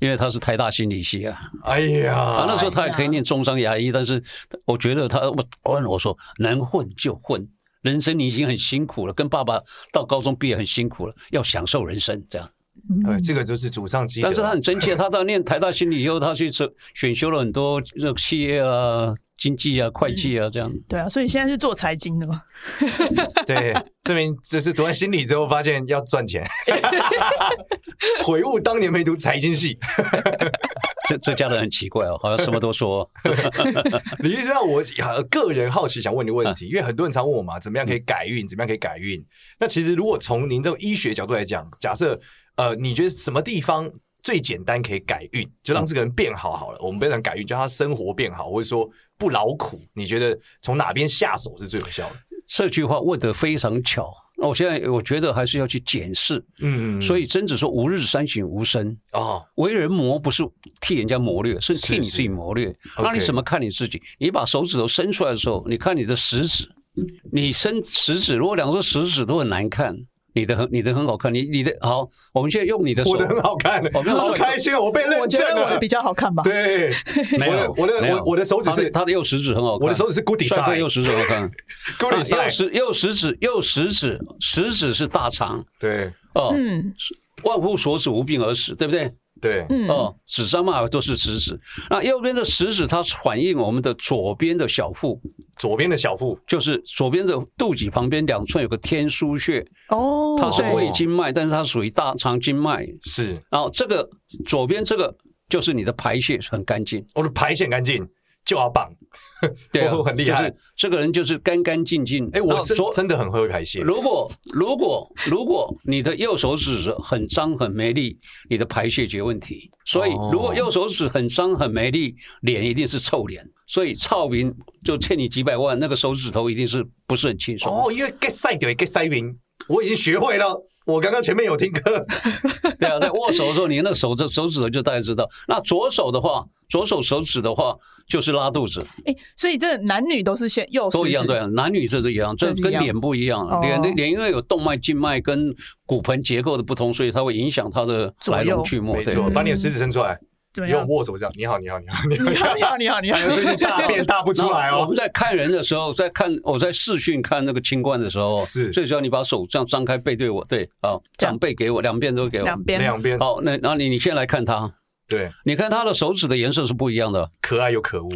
S4: 因为他是台大心理系啊，
S3: 哎呀，
S4: 啊那时候他也可以念中商牙医，但是我觉得他我我我说能混就混，人生你已经很辛苦了，跟爸爸到高中毕业很辛苦了，要享受人生这样。
S3: 哎，这个就是祖上积德。
S4: 但是他很真切，他到念台大心理以后，他去选选修了很多这种企业啊、经济啊、会计啊这样。
S1: 对啊，所以现在是做财经的嘛？
S3: 对， 证明就是读完心理之后，发现要赚钱， 悔悟当年没读财经系。
S4: 这这家人很奇怪哦，好像什么都说。
S3: 你知道我呃个人好奇想问你问题，因为很多人常问我嘛，怎么样可以改运？怎么样可以改运？那其实如果从您这种医学角度来讲，假设呃，你觉得什么地方最简单可以改运，就让这个人变好好了？我们不要讲改运，就让他生活变好，或者说不劳苦。你觉得从哪边下手是最有效的？
S4: 这句话问得非常巧。那我现在我觉得还是要去检视。
S3: 嗯
S4: 所
S3: 以
S4: 以曾子说“吾日三省吾身”，
S3: 哦，
S4: 为人磨不是替人家磨略，是
S3: 是
S4: 替你自己
S3: 是
S4: 磨略。
S3: OK
S4: 那你怎么看你自己？你把手指头伸出来的时候，你看你的食指，你伸食指，如果两只食指都很难看，你的很你的很好看，你你的好，我们现在用你的手
S3: 我的，很好看，
S4: 我没有说
S3: 好开心，哦，我被认
S1: 我觉
S3: 证
S1: 得我的
S3: 了
S1: 比。较好看吧？
S3: 对，
S4: 没有
S3: 我的我
S4: 没
S3: 的
S4: 有
S3: 我我的手指
S4: 他的
S3: 是
S4: 他的右食指很好看，
S3: 我的手指是 good
S4: 帅哥
S3: design，
S4: 右食指很好看。
S3: 勾
S4: 啊
S3: 脸
S4: 右
S3: 赛，
S4: 食右食指右食指食指是大肠
S3: 对
S4: 哦，
S1: 嗯
S4: 万夫所指无病而死，对不对？
S3: 对，
S1: 嗯，
S4: 哦，指桑骂槐都是食指。那右边的食指它反映我们的左边的小腹，
S3: 左边的小腹
S4: 就是左边的肚脐旁边两寸有个天枢穴，
S1: 哦，
S4: 它是
S1: 对
S4: 胃经脉，但是它属于大肠经脉。
S3: 是
S4: 然后这个左边这个就是你的排泄很干净，
S3: 我的排线干净，就要棒，
S4: 对、啊，
S3: 我很厉害
S4: 就是。这个人就是干干净净。
S3: 哎，我
S4: 然后
S3: 真
S4: 左
S3: 真的很会排泄，
S4: 如果如果如果你的右手指很脏很没力，你的排泄绝问题。所以
S3: 哦
S4: 如果右手指很脏很没力，脸一定是臭脸。所以臭民就欠你几百万，那个手指头一定是不是很轻松。
S3: 哦，因为 get 赛对 get 赛云，我已经学会了。我刚刚前面有听课，
S4: 对啊，在握手的时候，你那个手这手指头就大家知道。那左手的话，左手手指的话就是拉肚子，
S1: 哎，所以这男女都是先右食
S4: 都一样，
S1: 指
S4: 对啊，男女这是一样，这
S1: 这是一
S4: 跟
S1: 样
S4: 脸不一样啊
S1: 哦，
S4: 脸的脸因为有动脉、静脉跟骨盆结构的不同，所以它会影响它的
S1: 左
S4: 来龙
S1: 右
S4: 去脉。
S3: 没
S4: 对。
S3: 错，把你的食指伸出来，
S1: 怎么
S3: 用
S1: 样？
S3: 握手这样，你好，你好，你好，你
S1: 啊你 好，你
S3: 好，
S1: 好，你好，你好
S3: 哎，呦最近 大便大不出来
S4: 然后我
S3: 哦
S4: 们，在看人的时候，在看我在视讯看那个清冠的时候，哦
S3: 是
S4: 最主要你把手这样张开背对我，对，好，啊
S1: 这
S4: 这
S1: 样
S4: 样背给我，两边都给我。
S1: 两边
S3: 两边
S4: 好，那然后你你先来看他，
S3: 对，
S4: 你看他的手指的颜色是不一样的，
S3: 可爱又可恶，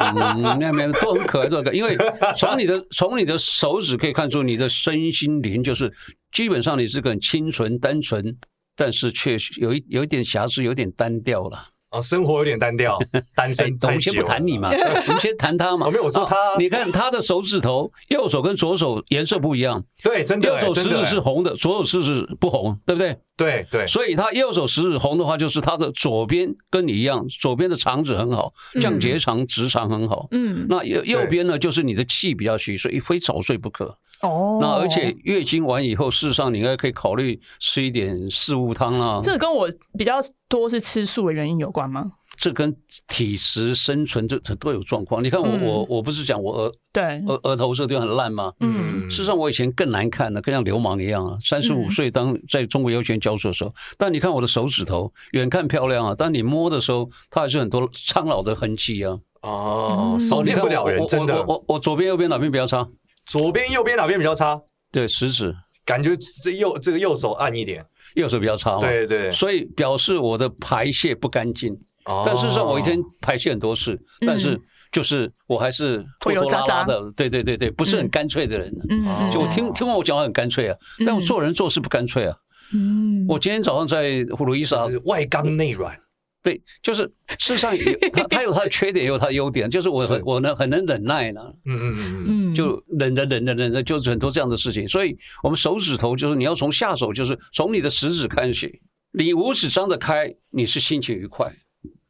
S4: 嗯，没有没有，都很可爱，都很可爱。因为从你的从你的手指可以看出你的身心灵，就是基本上你是个很清纯单纯，但是却有一有一点瑕疵，有点单调了。
S3: 啊，生活有点单调，单
S4: 哎
S3: 身，
S4: 我
S3: 太
S4: 们先不
S3: 久了
S4: 谈你嘛， 我们先谈他嘛。
S3: 哦没有我说
S4: 啊
S3: 他
S4: 你看他的手指头，右手跟左手颜色不一样，
S3: 对，真的
S4: 右
S3: 欸，
S4: 手
S3: 真
S4: 食
S3: 的
S4: 指
S3: 欸
S4: 是红的，左手食指不红，对不对？
S3: 对对，
S4: 所以他右手食指红的话，就是他的左边跟你一样，左边的肠子很好，降结肠、直肠很好。
S1: 嗯，
S4: 那右右边呢，就是你的气比较虚，所以非早睡不可。
S1: 哦
S4: 那而且月经完以后，事实上你应该可以考虑吃一点四物汤啦。
S1: 这个跟我比较多是吃素的原因有关吗？
S4: 这跟体实生存这这都有状况。你看我、
S1: 嗯
S4: 我我不是讲我额
S1: 对，
S4: 额额头这地方很烂吗？
S1: 嗯，
S4: 事实上，我以前更难看的，更像流氓一样啊！三十五
S1: 嗯
S4: 岁当在中国邮权教书的时候，但你看我的手指头，远看漂亮啊，但你摸的时候，它还是很多苍老的痕迹啊。
S3: 哦，
S1: 嗯
S3: 手
S4: 你
S3: 练
S4: 看
S3: 不
S4: 我
S3: 了人，
S4: 我
S3: 真
S4: 我
S3: 的
S4: 我，我我左边右边哪边比较差？
S3: 左边右边哪边比较差？
S4: 对，食指，
S3: 感觉这右这个右手暗一点，
S4: 右手比较差嘛。
S3: 对对，
S4: 所以表示我的排泄不干净。
S3: 哦
S4: 但事实上，我一天排泄很多次，但是就是我还是
S1: 嗯
S4: 拖
S1: 会有
S4: 拖拉拉
S1: 渣
S4: 的，对对对对，不是很干脆的人。啊
S3: 哦
S1: 嗯，
S4: 就我听听完我讲话很干脆啊，但我做人做事不干脆啊。
S1: 嗯，
S4: 我今天早上在葫芦伊莎
S3: 哦就是外刚内软，
S4: 对，就是事实 上也他他有他的缺点，也有他的优点，就是我很
S3: 是
S4: 我呢很能忍耐呢，
S3: 嗯嗯嗯嗯，
S2: 嗯，
S4: 就忍着忍着忍着，就是很多这样的事情。所以我们手指头就是你要从下手，就是从你的食指开始，你五指张得开，你是心情愉快，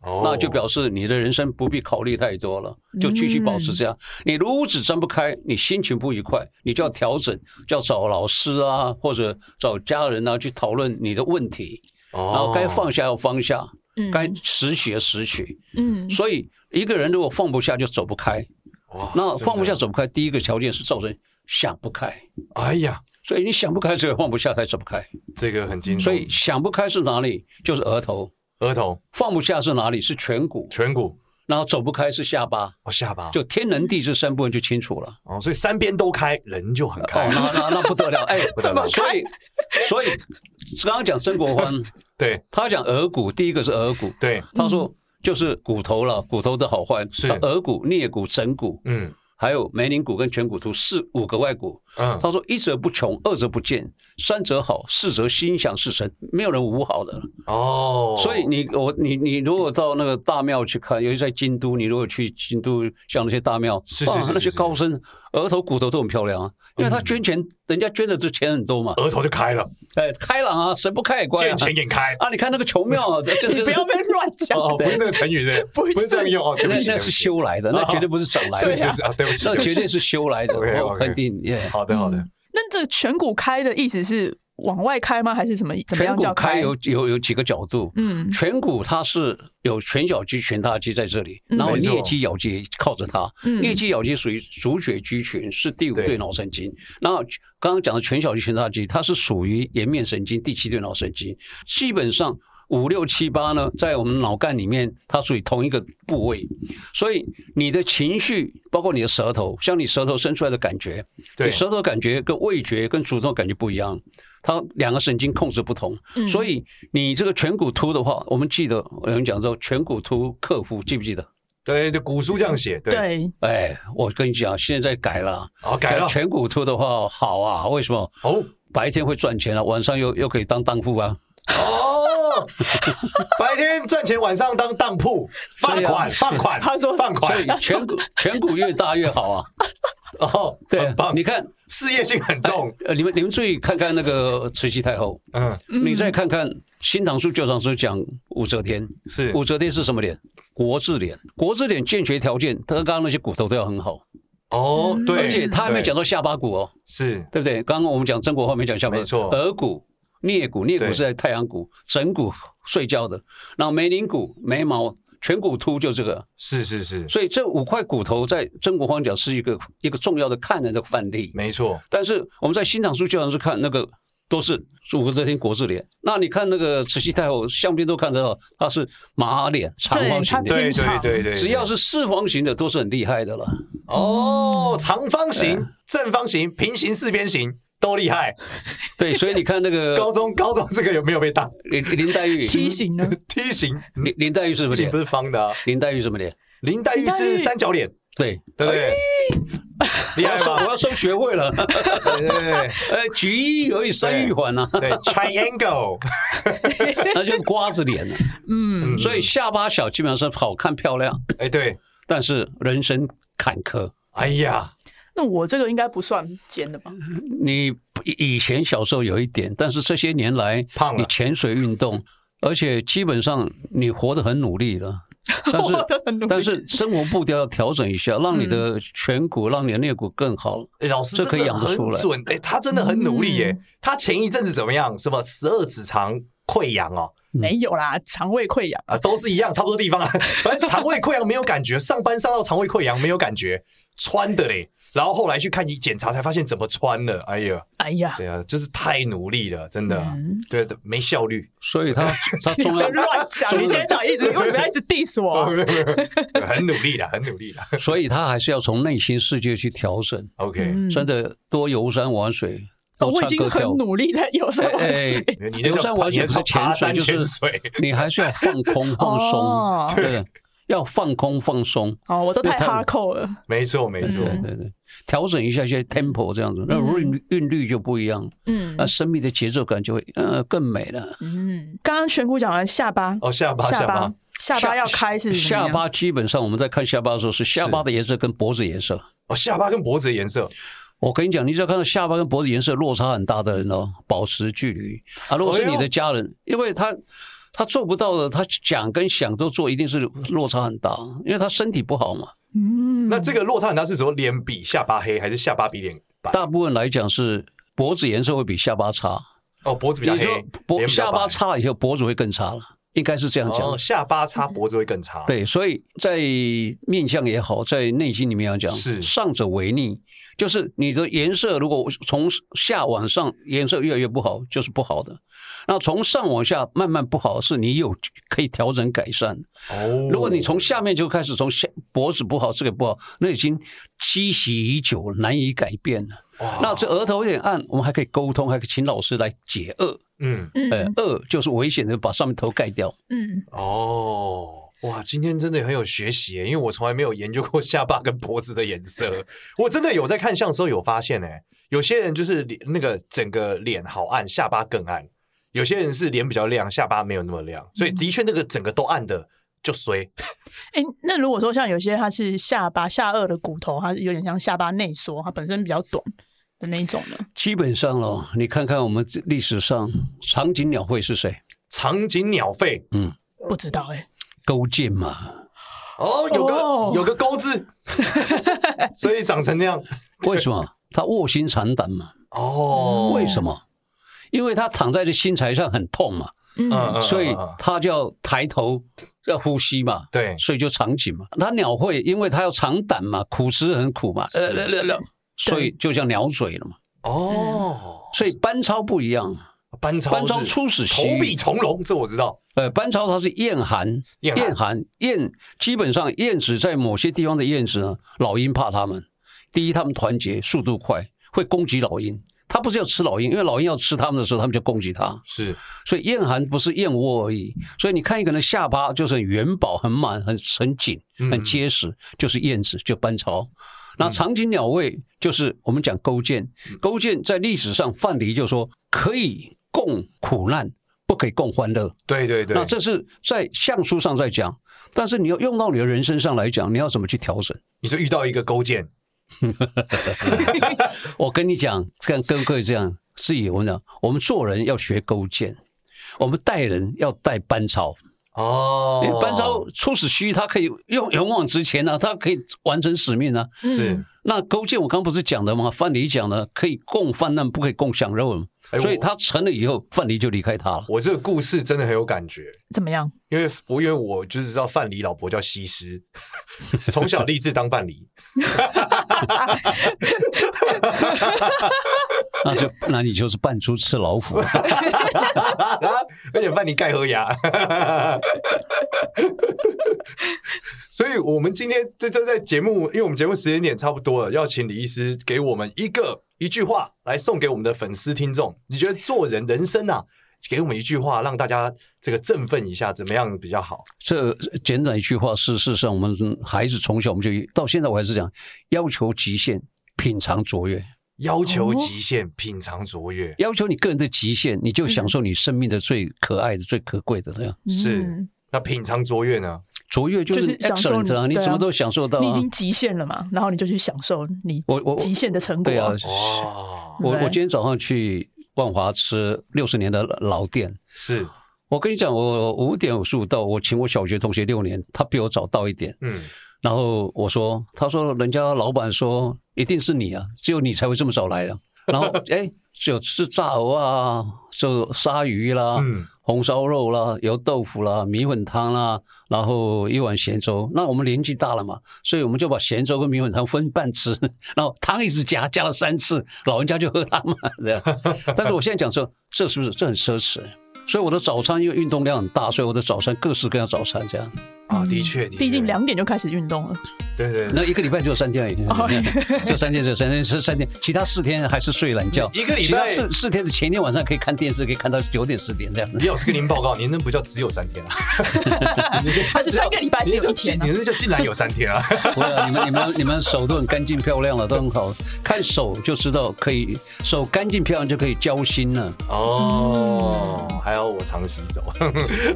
S3: 哦嗯
S4: 那就表示你的人生不必考虑太多了，就继续保持这样。你如五指张不开，你心情不愉快，你就要调整，就要找老师啊，或者找家人啊去讨论你的问题，然后
S3: 哦，
S4: 该放下要放下，
S2: 嗯
S4: 该拾取要拾取。
S2: 嗯
S4: 所以一个人如果放不下，就走不开。
S3: 哇，
S4: 那
S3: 真
S4: 放不
S3: 的
S4: 下走不开，第一个条件是造成想不开。
S3: 哎呀，
S4: 所以你想不开，只有放不下才走不开。
S3: 这个很精准，
S4: 所以想不开是哪里？就是额头。
S3: 额头、
S4: 放不下是哪里？是颧骨。
S3: 颧骨、
S4: 然后走不开是下巴。
S3: 哦下巴，
S4: 就天能地支三部分就清楚了。
S3: 哦，所以三边都开，人就很
S4: 哦，
S3: 开，
S4: 那那那不得了！哎，
S3: 不得了
S4: 所以所以刚刚讲曾国 藩，
S3: 对
S4: 他讲额骨，第一个是额骨，
S3: 对，
S4: 他说就是骨头了，骨头的好坏
S3: 是
S4: 额骨、颞骨、枕骨，
S3: 嗯
S4: 还有眉棱骨跟颧骨突四五个外骨。
S3: 嗯，
S4: 他说：“一则不穷，二则不见，三则好，四则心想事成，没有人无好的。
S3: 哦，
S4: 所以你我你你如果到那个大庙去看，尤其在京都，你如果去京都像那些大庙，
S3: 是
S4: 哇
S3: 是是
S4: 那些
S3: 是嗯
S4: 高僧额头骨头都很漂亮啊，因为他捐钱，人家捐的这钱很多嘛。
S3: 额头就开了，
S4: 哎，开朗啊，神不开也乖啊
S3: 见。钱眼开，
S4: 啊，你看那个穷庙 啊，这
S1: 你
S4: 这
S1: 不要被乱讲，
S3: 哦，不是这个成语 对，
S1: 不是
S3: 不是这样用哦，对
S4: 那
S3: 不起，
S4: 那
S3: 对不
S4: 是
S3: 起
S4: 修来的，那绝对不是长来
S3: 是
S4: 的，
S3: 是是啊，对不起，
S4: 那
S3: 对不
S4: 绝
S3: 起
S4: 对是修来的，
S3: OK，OK
S4: 我肯定耶。
S3: 好的好的，
S1: 那这颧骨开的意思是往外开吗？还是什么？怎么
S4: 颧
S1: 样
S4: 骨
S1: 叫
S4: 开有有有几个角度，
S1: 嗯
S4: 颧骨它是有全小肌、全大肌在这里，然后
S3: 没错
S4: 颞肌、咬肌靠着它。
S1: 嗯
S4: 颞肌、咬肌属于主血肌群，是第五
S3: 对
S4: 对脑神经。然后刚刚讲的全小肌、全大肌，它是属于颜面神经第七对脑神经。基本上五六七八呢，在我们脑干里面，它属于同一个部位。所以你的情绪，包括你的舌头，像你舌头伸出来的感觉，
S3: 对
S4: 你舌头感觉跟味觉跟主动感觉不一样，它两个神经控制不同。
S3: 嗯
S4: 所以你这个颧骨突的话，我们记得有人讲说颧骨突克服，记不记得？
S3: 对，就古书这样写，对，
S1: 对，
S4: 哎，我跟你讲，现在改了，
S3: 好改了
S4: 讲颧骨突的话好啊，为什么？
S3: 哦
S4: 白天会赚钱啊，晚上又又可以当荡妇啊，
S3: 哦，白天赚钱，晚上当当铺放款放款，
S1: 他说
S3: 放
S4: 所
S3: 款
S4: 以，颧骨颧骨越大越好啊。
S3: 哦，
S4: 对啊
S3: 很棒，
S4: 你看，
S3: 事业心很重，
S4: 呃，你们你们注意看看那个慈禧太后，
S3: 嗯，
S4: 你再看看《新唐书》《旧唐书》讲武则天，
S3: 是
S4: 武则天是什么脸？国字脸，国字脸健学条件，她刚刚那些骨头都要很好，
S3: 哦，对，
S4: 而且她还没讲到下巴骨哦，
S3: 是
S4: 对不对？刚刚我们讲曾国藩没讲下巴，
S3: 没错
S4: 额骨、颞骨，颞骨
S3: 对
S4: 是在太阳骨，枕骨睡觉的，然后眉棱骨、眉毛、颧骨突就这个，
S3: 是是是，
S4: 所以这五块骨头在曾国藩讲是一个一个重要的看人的范例。
S3: 没错，
S4: 但是我们在新唐书、旧唐书看那个都是武则天国字脸，那你看那个慈禧太后相片都看得到，她是马脸长方形
S1: 对
S3: 对
S4: 的，
S1: 平
S3: 对
S1: 常
S3: 对对，
S4: 只要是四方形的都是很厉害的了。
S3: 哦，长方形、正方形、平行、四边形，都厉害。
S4: 对，所以你看那 个
S3: 高中高中这个有没有被打？
S4: 林林黛玉，嗯
S1: 梯形呢？
S3: 梯形，
S4: 林林黛玉是什么
S3: 梯形
S4: 脸
S3: 不？是方的啊。
S4: 林黛玉什么脸？
S3: 林黛玉是三角脸，
S4: 对，
S3: 对不对？厉
S4: 我
S3: 害
S4: 要收我
S3: 吗？
S4: 要收学会 了。
S3: 对对对
S4: 呃，举一而以三玉环呐，
S3: 对，triangle，
S4: 那就是瓜子脸了。啊
S1: 嗯，
S3: 嗯
S4: 所以下巴小基本上是好看漂亮，
S3: 哎对，
S4: 但是人生坎坷。
S3: 哎呀，
S1: 那我这个应该不算尖的吧？
S4: 你以前小时候有一点，但是这些年来
S3: 胖了
S4: 你潜水运动，而且基本上你活得很努力了。但 是
S1: 活得很努力
S4: 但是嗯生活步调要调整一下，让你的
S1: 嗯
S4: 颧骨、让你的肋骨更好。
S3: 哎老师
S4: 这可以
S3: 真的
S4: 养得
S3: 很
S4: 出来
S3: 准，哎，他真的很努力
S1: 嗯
S3: 耶。他前一阵子怎么样？什么十二指肠溃疡哦，
S1: 没有啦，肠胃溃疡。
S3: 啊，都是一样，差不多地方啊。反正肠胃溃疡没有感觉，上班上到肠胃溃疡没有感觉，穿的嘞。然后后来去看医检查，才发现怎么穿了。哎呀，
S1: 哎呀，
S3: 对啊，就是太努力了，真
S4: 啊
S3: 的，
S1: 嗯
S3: 对对，没效率，
S4: 所以 他他
S1: 你
S4: 重要
S1: 们乱讲！你今天到底一直，为什么要一直 diss 我啊？
S3: 对很努力了，很努力了。
S4: 所以他还是要从内心世界去调整。
S3: OK，、
S1: 嗯哦
S4: 真的多游山玩水，多
S1: 我已
S4: 唱
S1: 经
S4: 歌
S1: 很
S4: 跳舞。
S1: 努力在游山玩水。
S4: 哎
S3: 你那
S4: 游
S3: 叫
S4: 山玩水不是潜
S3: 你那叫爬
S4: 水，
S3: 山
S4: 就
S3: 潜
S4: 是
S3: 水
S4: 你还是要放空 放
S1: 哦
S4: 松，对，要放空放松。
S1: 哦，我都太
S4: 对他
S1: hardcore 了。
S3: 没错没错。
S1: 嗯
S4: 对对对，调整一下一些 tempo 这样子，那韵律韵律就不一样，
S1: 嗯
S4: 那生命的节奏感就会呃更美了。
S1: 嗯，刚刚选股讲完下巴，
S3: 哦，下巴
S1: 下
S3: 下巴，
S1: 下巴要开是怎么
S4: 下
S1: 样
S4: 巴基本上我们在看下巴的时候是下巴的颜色跟脖子颜色。
S3: 哦，下巴跟脖子的颜色，
S4: 我跟你讲，你只要看到下巴跟脖子颜色落差很大的人哦，保持距离啊。如果是你
S3: 哦
S4: 的家人，因为他他做不到的，他讲跟想都做，一定是落差很大，因为他身体不好嘛。
S1: 嗯，
S3: 那这个落差很大是什么？脸比下巴黑，还是下巴比脸白？
S4: 大部分来讲是脖子颜色会比下巴差，
S3: 哦，脖子比较
S4: 比如
S3: 黑
S4: 说，
S3: 脸
S4: 脖
S3: 比较
S4: 下巴
S3: 白
S4: 差了以后，脖子会更差了，应该是这样
S3: 哦，
S4: 讲。
S3: 下巴差脖子会更差。，
S4: 对，所以在面相也好，在内心里面要讲，
S3: 是
S4: 上者为逆，就是你的颜色如果从下往上颜色越来越不好，就是不好的。那从上往下慢慢不好，是你有可以调整改善。
S3: 哦，
S4: 如果你从下面就开始从下脖子不好，这个不好，那已经积习已久，难以改变了。
S3: 哇
S4: 那这额头有点暗，我们还可以沟通，还可以请老师来解厄。
S3: 嗯
S4: 呃，厄就是危险的，把上面头盖掉。
S1: 嗯，
S3: 哦。哇，今天真的很有学习耶，因为我从来没有研究过下巴跟脖子的颜色。我真的有在看相的时候有发现，哎，有些人就是脸那个整个脸好暗，下巴更暗；有些人是脸比较亮，下巴没有那么亮。
S4: 嗯
S3: 所以的确，那个整个都暗的就衰。
S1: 哎，那如果说像有些它是下巴下颚的骨头，它是有点像下巴内缩，它本身比较短的那一种呢？
S4: 基本上咯，你看看我们这历史上长颈鸟会是谁？
S3: 长颈鸟肺
S1: 不知道哎，
S4: 勾践嘛？
S3: 哦，有个、
S1: 哦
S3: 有个钩 字，所以长成那样。
S4: 为什么？他卧薪尝胆嘛？
S3: 哦，
S4: 为什么？因为他躺在这薪柴上很痛嘛，
S3: 嗯？嗯嗯
S4: 所以
S3: 嗯
S4: 他就要抬头要呼吸嘛，
S3: 对
S4: 所以就长颈嘛。他鸟会，因为它要长胆嘛，苦吃很苦嘛，呃呃呃呃所以就叫鸟嘴了嘛。
S3: 哦，
S4: 所以班超不一样，
S3: 班超
S4: 班超
S3: 是
S4: 嗯出使西
S3: 投
S4: 域
S3: 笔从戎，这我知道。
S4: 呃，班超它是燕寒，
S3: 燕寒
S4: 燕寒燕基本上燕子在某些地方的燕子呢，老鹰怕它们。第一，它们团结，速度快，会攻击老鹰。它不是要吃老鹰，因为老鹰要吃它们的时候，它们就攻击它。
S3: 是
S4: 所以燕寒不是燕窝而已。所以你看一个人下巴就是很元宝、很满、很很紧、
S3: 嗯
S4: 很结实，就是燕子，就班超。那长颈鸟胃就是我们讲勾践，
S3: 嗯
S4: 勾践在历史上范蠡就说可以共苦难，不可以共欢乐。
S3: 对对对，
S4: 那这是在相书上在讲，但是你要用到你的人身上来讲，你要怎么去调整？
S3: 你说遇到一个勾践，
S4: 我跟你讲，跟跟各位这样，是以我们讲，我们做人要学勾践，我们待人要待班超。
S3: 哦，
S4: 因为班超出使西域，他可以用勇往直前啊，他可以完成使命啊。
S3: 是
S4: 那勾践，我刚不是讲的吗？范蠡讲的，可以共患难，不可以共享肉嘛
S3: 哎我
S4: 所以他成了以后，范蠡就离开他了。
S3: 我这个故事真的很有感觉，
S1: 怎么样？
S3: 因为我因为我就是知道范蠡老婆叫西施， 从小立志当范蠡，
S4: 那就那你就是扮猪吃老虎。
S3: 而且范蠡盖河牙。 所以，我们今天这就在节目，因为我们节目时间点差不多了，要请李医师给我们一个一句话来送给我们的粉丝听众，你觉得做人人生啊，给我们一句话，让大家这个振奋一下，怎么样比较好？
S4: 这简短一句话，事实上我们孩子从小我们就到现在我还是讲要求极限，品尝卓越，
S3: 要求极限，品尝卓越，
S4: 要求你个人的极限，你就享受你生命的最可爱的、最可贵的那样。
S3: 是
S1: 嗯
S3: 那品尝卓越呢？
S4: 卓越就
S1: 就是是享受
S4: excellent 啊，
S1: 你
S4: 你
S1: 对啊
S4: 什么都享受到、啊。
S1: 你已经极限了嘛，然后你就去享受你
S4: 我我
S1: 极限的成果
S4: 对啊，，
S3: 哦，
S4: 我
S1: 对
S4: 我今天早上去万华吃六十年的老店，
S3: 是，
S4: 我跟你讲，我五点五十五到，我请我小学同学六年，他比我早到一点。
S3: 嗯，
S4: 然后我说，他说人家老板说一定是你啊，只有你才会这么早来的、啊然后哎，只有吃炸鹅啊，就鲨鱼啦，
S3: 嗯
S4: 红烧肉啦，油豆腐啦，米粉汤啦，然后一碗咸粥。那我们年纪大了嘛，所以我们就把咸粥跟米粉汤分半吃， 然后汤一直加，加了三次，老人家就喝汤嘛，这样。但是我现在讲说，这是不是这很奢侈？所以我的早餐因为运动量很大，所以我的早餐各式各样的早餐这样。
S3: 啊，的确，的确
S1: 毕竟两点就开始运动 了，
S3: 对对，
S4: 那一个礼拜只有三天而已，
S1: 哦
S4: 就三天，只有三天，是三天，其他四天还是睡懒 觉。
S3: 一个礼
S4: 其他
S3: 拜
S4: 四四天的前一天晚上可以看电视，可以看到九点十点 这样。
S3: 李老师跟您报告，您那不叫只有三天啊，
S4: 啊
S1: 还是三个礼拜只有
S3: 您就
S1: 啊一天哦
S3: 竟
S1: 呢
S3: 您？那叫竟然有三天 啊，
S4: 不会啊，你们你们你们手都很干净漂亮了，都很好看手就知道可以，手干净漂亮就可以交心了，
S3: 哦，还有我常洗手，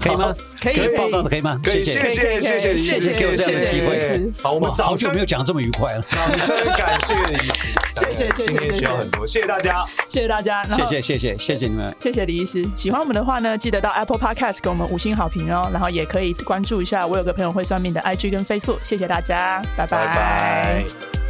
S4: 可以吗？
S1: 哦可以
S4: 这个
S1: 可以
S4: 报告的可以吗？
S3: 可以，谢
S4: 谢。
S3: 谢，谢谢，
S1: 谢谢
S4: 给我这样的机会
S1: 谢谢
S3: 好，我
S4: 我
S3: 们
S4: 好
S3: 早
S4: 久
S3: 上
S4: 没有讲这么愉快了，
S3: 掌声感谢李琦，
S1: 谢谢谢谢
S3: 今天学到很多，谢谢大家。
S1: 谢谢大家，然后
S4: 谢谢谢谢谢谢你们。
S1: 谢谢李医师。喜欢我们的话呢，记得到 Apple Podcast 给我们五星好评哦，然后也可以关注一下我有个朋友会算命的 IG 跟 Facebook。谢谢大家，拜
S3: 拜
S1: 拜
S3: 拜。